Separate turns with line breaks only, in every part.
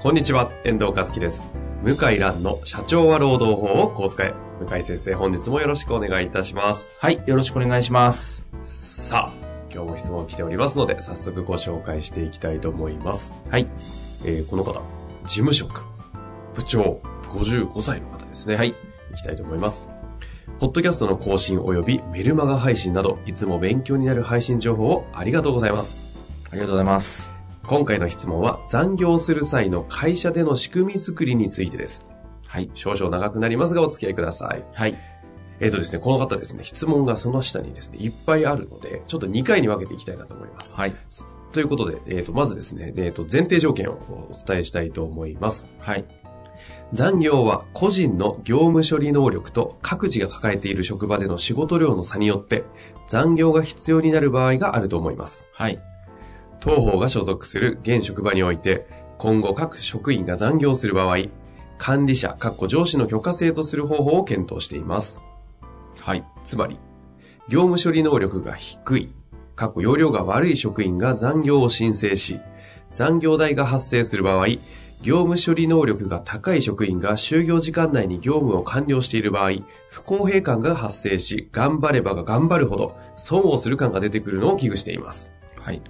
こんにちは、遠藤和樹です。向井蘭の社長は労働法をこう使え。向井先生、本日もよろしくお願いいたします。
はい、よろしくお願いします。
さあ、今日も質問来ておりますので、早速ご紹介していきたいと思います。
はい、
えーこの方、事務職、部長、55歳の方ですね。
はい、
いきたいと思います。ポッドキャストの更新及びメルマガ配信など、いつも勉強になる配信情報をありがとうございます。
ありがとうございます。
今回の質問は残業する際の会社での仕組み作りについてです。
はい、
少々長くなりますがお付き合いください。
はい、
えっ、とですね、この方ですね、質問がその下にですね、いっぱいあるので、ちょっと2回に分けていきたいなと思います。
はい、
ということで、えっ、と、まずですね、えっ、と、前提条件をお伝えしたいと思います。
はい、
残業は個人の業務処理能力と各自が抱えている職場での仕事量の差によって、残業が必要になる場合があると思います。
はい、
当方が所属する現職場において、今後各職員が残業する場合、管理者、括弧上司の許可制とする方法を検討しています。
はい、
つまり、業務処理能力が低い、括弧容量が悪い職員が残業を申請し、残業代が発生する場合、業務処理能力が高い職員が就業時間内に業務を完了している場合、不公平感が発生し、頑張ればが頑張るほど、損をする感が出てくるのを危惧しています。
はい、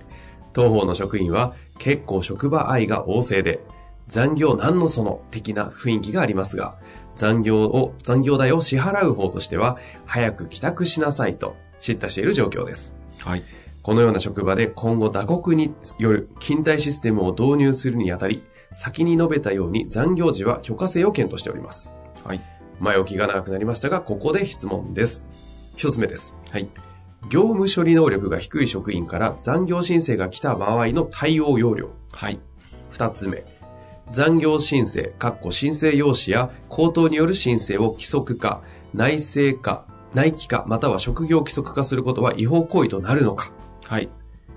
当方の職員は結構職場愛が旺盛で、残業なんのその的な雰囲気がありますが、残業を、残業代を支払う方としては、早く帰宅しなさいと、叱咤している状況です。
はい、
このような職場で今後打刻による勤怠システムを導入するにあたり、先に述べたように残業時は許可制を検討しております。
はい、
前置きが長くなりましたが、ここで質問です。一つ目です。
はい、
業務処理能力が低い職員から残業申請が来た場合の対応要領。
はい、
二つ目。残業申請、括弧申請用紙や口頭による申請を規則化、内政化、内規化、または職業規則化することは違法行為となるのか
はい、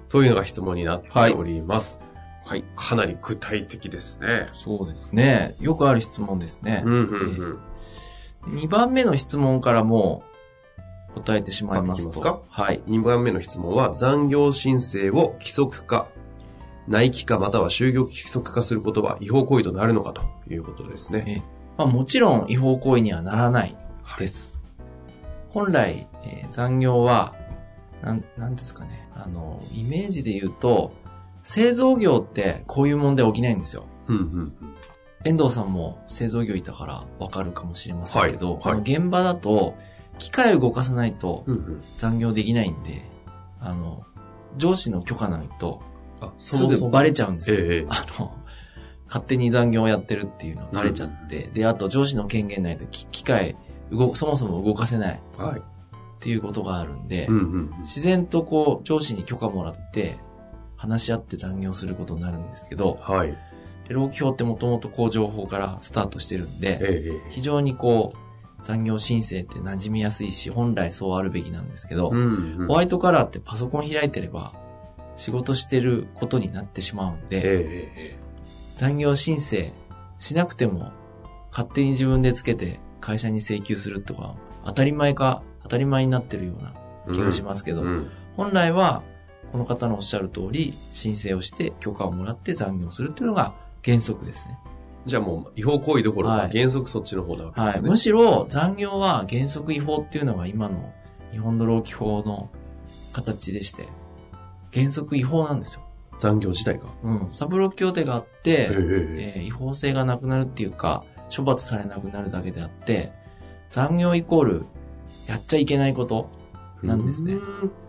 というのが質問になっております。
はい、
かなり具体的ですね。
そうですね。よくある質問ですね
う。んうんうん。
2番目の質問からもう答えてしまいます
あいき
と。
ますか
はい、
2番目の質問は、残業申請を規則化、内規化または就業規則化することは違法行為となるのかということですね。
まあ、もちろん違法行為にはならないです。本来、えー残業は、なん、なんですかね。あの、イメージで言うと、製造業ってこういう問題起きないんですよ。
うんうんうん。
遠藤さんも製造業いたからわかるかもしれませんけど、
はいはい
あの現場だと、機械を動かさないと
うんうん。
残業できないんで、あの、上司の許可ないと、
あ、そ
す
もそも
ぐバレちゃうんですよ。
ええ
あの、勝手に残業をやってるっていうのバレちゃって、で、あと上司の権限ないとき機械動く、そもそも動かせないっ
はい。
ていうことがあるんで、
うんうん。
自然とこう、上司に許可もらって、話し合って残業することになるんですけど、
はい。
で労基法ってもともとこう情報からスタートしてるんで、
ええ
非常にこう、残業申請って馴染みやすいし、本来そうあるべきなんですけど、
ん、うん
ホワイトカラーってパソコン開いてれば、仕事してることになってしまうんで、
ええ
残業申請しなくても、勝手に自分でつけて会社に請求するとか、当たり前か、当たり前になってるような
ええ
気がし
ま
ますけど、
うん。
本来は、この方のおっしゃる通り、申請をして許可をもらって残業するっていうのが原則ですね。
じゃあもう違法行為どころ
は
か
い
原則そっちの方なわけで
はい。
すね。
むしろ残業は原則違法っていうのが今の日本の労基法の形でして、原則違法なんですよ。
残業自体が。
うん。サブロック協定があって、
え
えー違法性がなくなるっていうか、処罰されなくなるだけであって、残業イコール、やっちゃいけないこと、
え
なんですね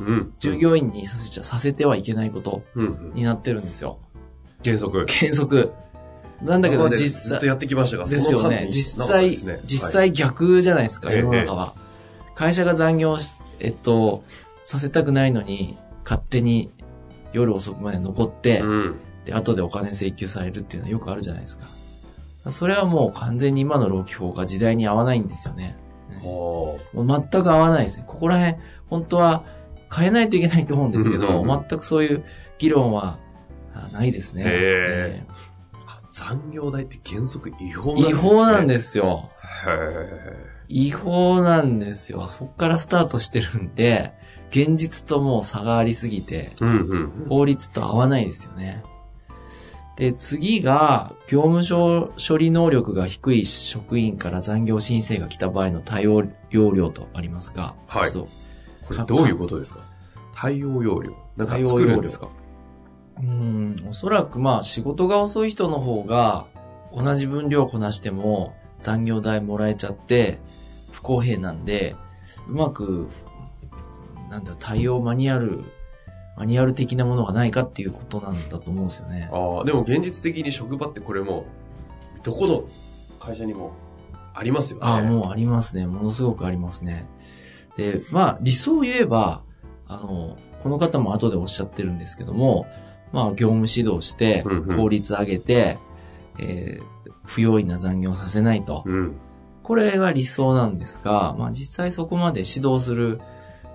うん。うん
従。業員にさせちゃ、させてはいけないこと
うんうん。
になってるんですよ。
原則。
原則。なんだけ
今
ど
まで
実
ずっ
際
と、やってきましたが、
ですよね。実際、実際逆じゃないですか、
ええ
世の中は。会社が残業し、えっと、させたくないのに、勝手に夜遅くまで残って、
うん。
で、後でお金請求されるっていうのはよくあるじゃないですか。それはもう完全に今の老基法が時代に合わないんですよね。
おー
もう全く合わないですね。ここら辺、本当は変えないといけないと思うんですけ
う
ど、
んうんうん
全くそういう議論はあないですね。
へー
ええ
残業代って原則違法なんです、ね、
違法なんですよ。
へー
違法なんですよ。そっからスタートしてるんで、現実ともう差がありすぎて、
うんうん。
法律と合わないですよね。で、次が、業務処処理能力が低い職員から残業申請が来た場合の対応要領とありますが、
はい
そう
これどういうことですか対応要領。なんか作るんですか
うーん、おそらくまあ仕事が遅い人の方が、同じ分量をこなしても残業代もらえちゃって、不公平なんで、うまく、なんだろう、対応マニュアル、マニュアル的なものがないかっていうことなんだと思うんですよね。
ああ、でも現実的に職場ってこれもう、どこの会社にもありますよね。
ああ、もうありますね。ものすごくありますね。で、まあ、理想を言えば、あの、この方も後でおっしゃってるんですけども、まあ、業務指導して
うんう、ん
効率上げて、えー不用意な残業をさせないと。
うん。
これは理想なんですが、まあ、実際そこまで指導する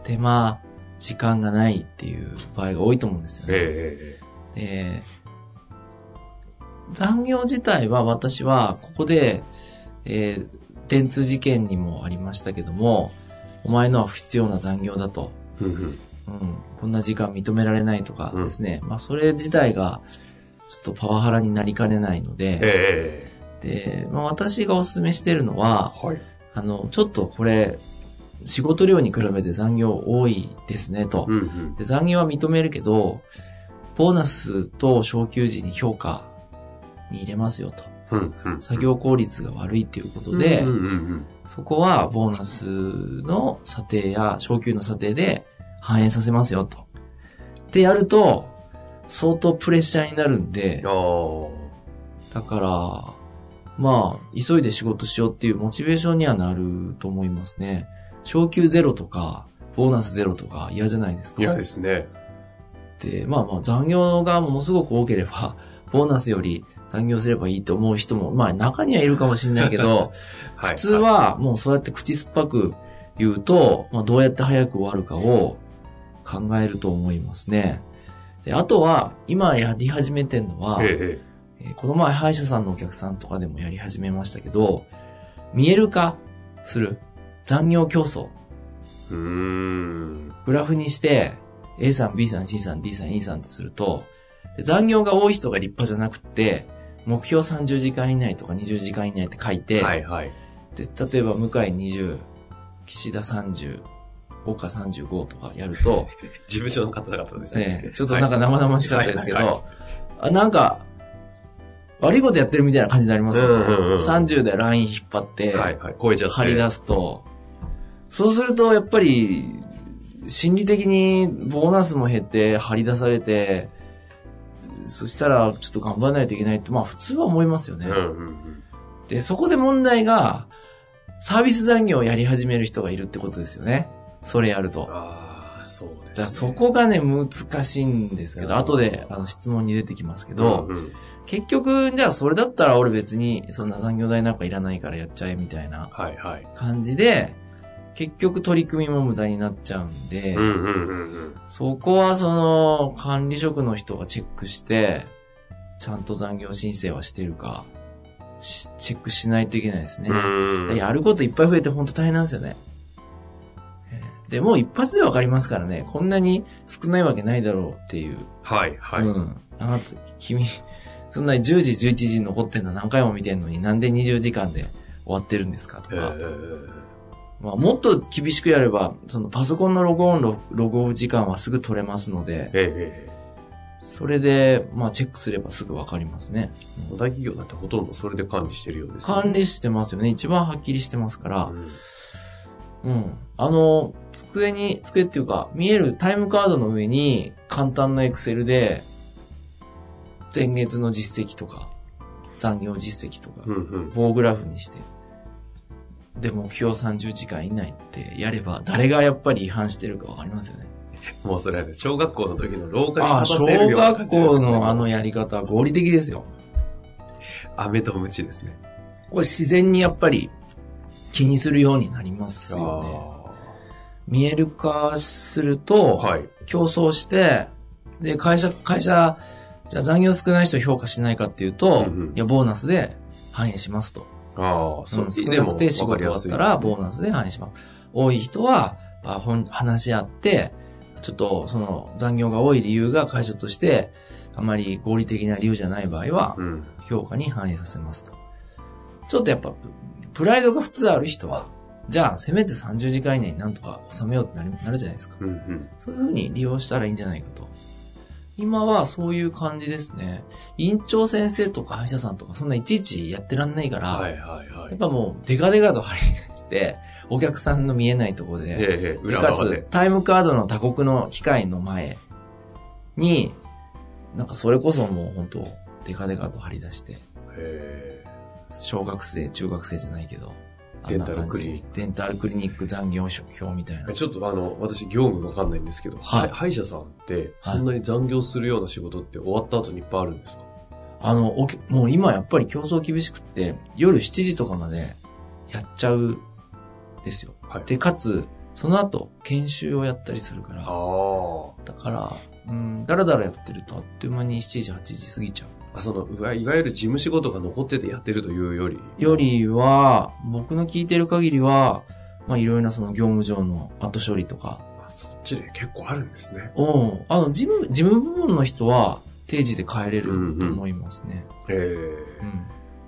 手間、時間がないっていう場合が多いと思うんですよね。
ええ
で、残業自体は私はここで、えー電通事件にもありましたけども、お前のは不必要な残業だと、
ええうんうん。
うん、こんな時間認められないとかですね、まあそれ自体がちょっとパワハラになりかねない
え
の
え
で、
ええ
で、まあ私がお勧めしてるのは、
はい。
あの、ちょっとこれ、仕事量に比べて残業多いですねと。
うんうん。
で残業は認めるけど、ボーナスと昇給時に評価に入れますよと。
うんうん。
作業効率が悪いっていうことで、
でうんうんうん。
そこはボーナスの査定や昇給の査定で反映させますよと。でやると、相当プレッシャーになるんで
あ、あ。
だから、まあ、急いで仕事しようっていうモチベーションにはなると思いますね。昇給ゼロとか、ボーナスゼロとか嫌じゃないですか。
嫌ですね。
で、まあまあ残業がものすごく多ければ、 ボーナスより残業すればいいと思う人も、まあ中にはいるかもしれないけど、
い
普通はもうそうやって口酸っぱく言うと、まあどうやって早く終わるかを考えると思いますね。で、あとは、今やり始めてるのは、
えええ
えーこの前歯医者さんのお客さんとかでもやり始めましたけど、見える化する残業競争。
え。うーん。
グラフにして、A さん、B さん、C さん、D さん、E さんとすると、で残業が多い人が立派じゃなくって、目標30時間以内とか20時間以内って書いて、
はいはい。
で例えば向井20、岸田30、岡35とかや ると、
事務所の方々です
ええ
ね。
ちょっとなんか生々しかったですけ
はいはい
ど、あなんか、悪いことやってるみたいな感じになりますよね。
うんうんうん
30でライン引っ張って、
はいはい。超えちゃって。
張り出すと、そうすると、やっぱり、心理的にボーナスも減って、張り出されて、そしたら、ちょっと頑張らないといけないって、まあ普通は思いますよね。
うんうんうん。
で、そこで問題が、サービス残業をやり始める人がいるってことですよね。それやると。
ああ、そうです、ね。
だからそこがね、難しいんですけど、後で、あの、質問に出てきますけど、
うんうん
結局、じゃあそれだったら俺別に、そんな残業代なんかいらないからやっちゃえみたいな
はいはい。
感じで、結局取り組みも無駄になっちゃうんで、
うんうんうんうん。
そこはその管理職の人がチェックして、ちゃんと残業申請はしてるか、しチェックしないといけないですね。
うん。
やることいっぱい増えてほんと大変なんですよね。えーでもう一発でわかりますからね、こんなに少ないわけないだろうっていう。
はいはい。
うん。あなた、君、そんなに10時、11時残ってんの何回も見てんのになんで20時間で終わってるんですかと
え
か。
ー
まあ、もっと厳しくやれば、そのパソコンのログオン、ロログオフ時間はすぐ取れますので、
え
それで、まあ、チェックすればすぐわかりますね。
え大企業だってほとんどそれで管理してるようです、
管理してますよね。一番はっきりしてますから
う。ん
うん。あの、机に、机っていうか、見えるタイムカードの上に、簡単なエクセルで、前月の実績とか、残業実績とか
う、んうん。
棒グラフにして、で、目標30時間以内ってやれば、誰がやっぱり違反してるかわかりますよね。
もうそれはね小学校の時の廊下に
ああ、
立
小
たせるような
学
感じです、ね。
校のあのやり方は合理的ですよ。
飴と鞭ですね。
これ自然にやっぱり気にするようになりますよね。見える化する
あー
と、
はい。
競争して、で、会社、会社、じゃあ残業少ない人を評価しないかっていうと、
うんうん
いや、ボーナスで反映しますと。
ああ、
そ
そうう、
少
で
な
も
くて仕
分かり
事終
や
わっ
すい。
たらボーナスで反映します。多い人は、まあ、ほん話し合って、ちょっとその残業が多い理由が会社としてあまり合理的な理由じゃない場合は
うん。
評価に反映させますと。ちょっとやっぱプライドが普通ある人は、じゃあせめて30時間以内になんとか収めようってなるなるじゃないですか。
うんうん。
そういうふうに利用したらいいんじゃないかと。今はそういう感じですね。院長先生とか歯医者さんとかそんないちいちやってらんないから、
はいはいは
やっ
い。
ぱもうデカデカと張り出して、お客さんの見えないところで、
ええ、
で
裏
か
側
つ
で。
タイムカードの他国の機械の前に、なんかそれこそもう本当デカデカと張り出して、
え
小学生、中学生じゃないけど、
デンタルクリニッ
ク。デンタルクリニック残業表みたいな
え。ちょっとあの、私業務わかんないんですけど、
はい
歯医者さんって、そんなに残業するような仕事って終わった後にいっぱいあるんですか
あの、おけもう今やっぱり競争厳しくって、夜7時とかまでやっちゃうですよ。
はい。
で、かつ、その後、研修をやったりするから、
あ
だから、うん、だらだらやってるとあっという間に7時、8時過ぎちゃう。
あ。その、うわいわゆる事務仕事が残っててやってるというより。
よりは、僕の聞いてる限りは、まあいろいろなその業務上の後処理とか、
あ、そっちで結構あるんですね。
うん、あの、事務、事務部門の人は定時で帰れると思いますね。
ええ
うん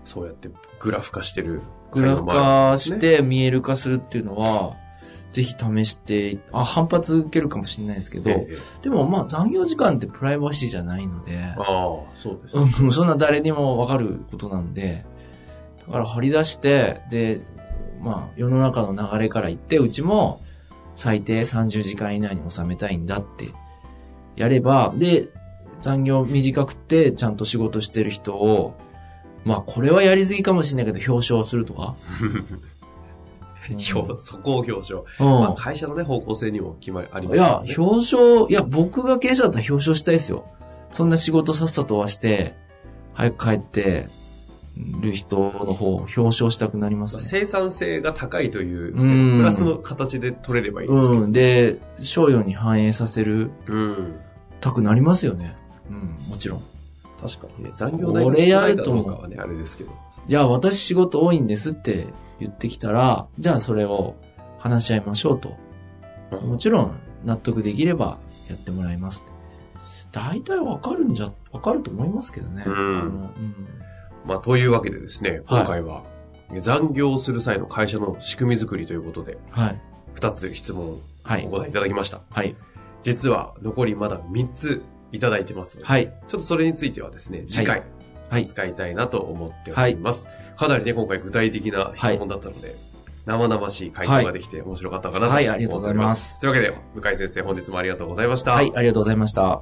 そうやってグラフ化してる。
グラフ化し
ね
て見える化するっていうのは、ぜひ試して、あ、反発受けるかもしれないですけど、
ええ
でもまあ残業時間ってプライバシーじゃないので、
ああ、そうです。
うん、そんな誰にもわかることなんで、だから張り出して、で、まあ、世の中の流れから言って、うちも最低30時間以内に収めたいんだって、やれば、で、残業短くて、ちゃんと仕事してる人を、まあ、これはやりすぎかもしれないけど、表彰するとか。
表そこを表彰。
うん
まあ、会社のね、方向性にも決まり、ありま
い
す
や
よ、ね。
表彰、いや、僕が経営者だったら表彰したいですよ。そんな仕事さっさと終わして、早く帰ってる人の方、表彰したくなりますね。
生産性が高いという、
うん
プラスの形で取れればいいんですけど。
うん。で、賞与に反映させる、
うん。
たくなりますよね。うん、もちろん。
確かにね、残業代
こ
が
れ
少
や
ない
る
か
と
どうかはね、あれですけど。
じゃあ、私仕事多いんですって言ってきたら、じゃあそれを話し合いましょうと。もちろん、納得できればやってもらいますって。大体わかるんじゃ、わかると思いますけどね。
うん
あのうん
まあ、というわけでですね、
はい
今回は、残業する際の会社の仕組み作りということで、
はい。
2つ質問を
は
お
い。
答えいただきました。
はい。
実は、残りまだ3ついただいてますので、
はい。
ちょっとそれについてはですね、次回、
はい。
使いたいなと思っております。かなりね、今回具体的な質問だったので、生々しい回答ができて面白かったかなと思っております。
はいありがとうございます
というわけで、向井先生、本日もありがとうございました。
はい。ありがとうございました。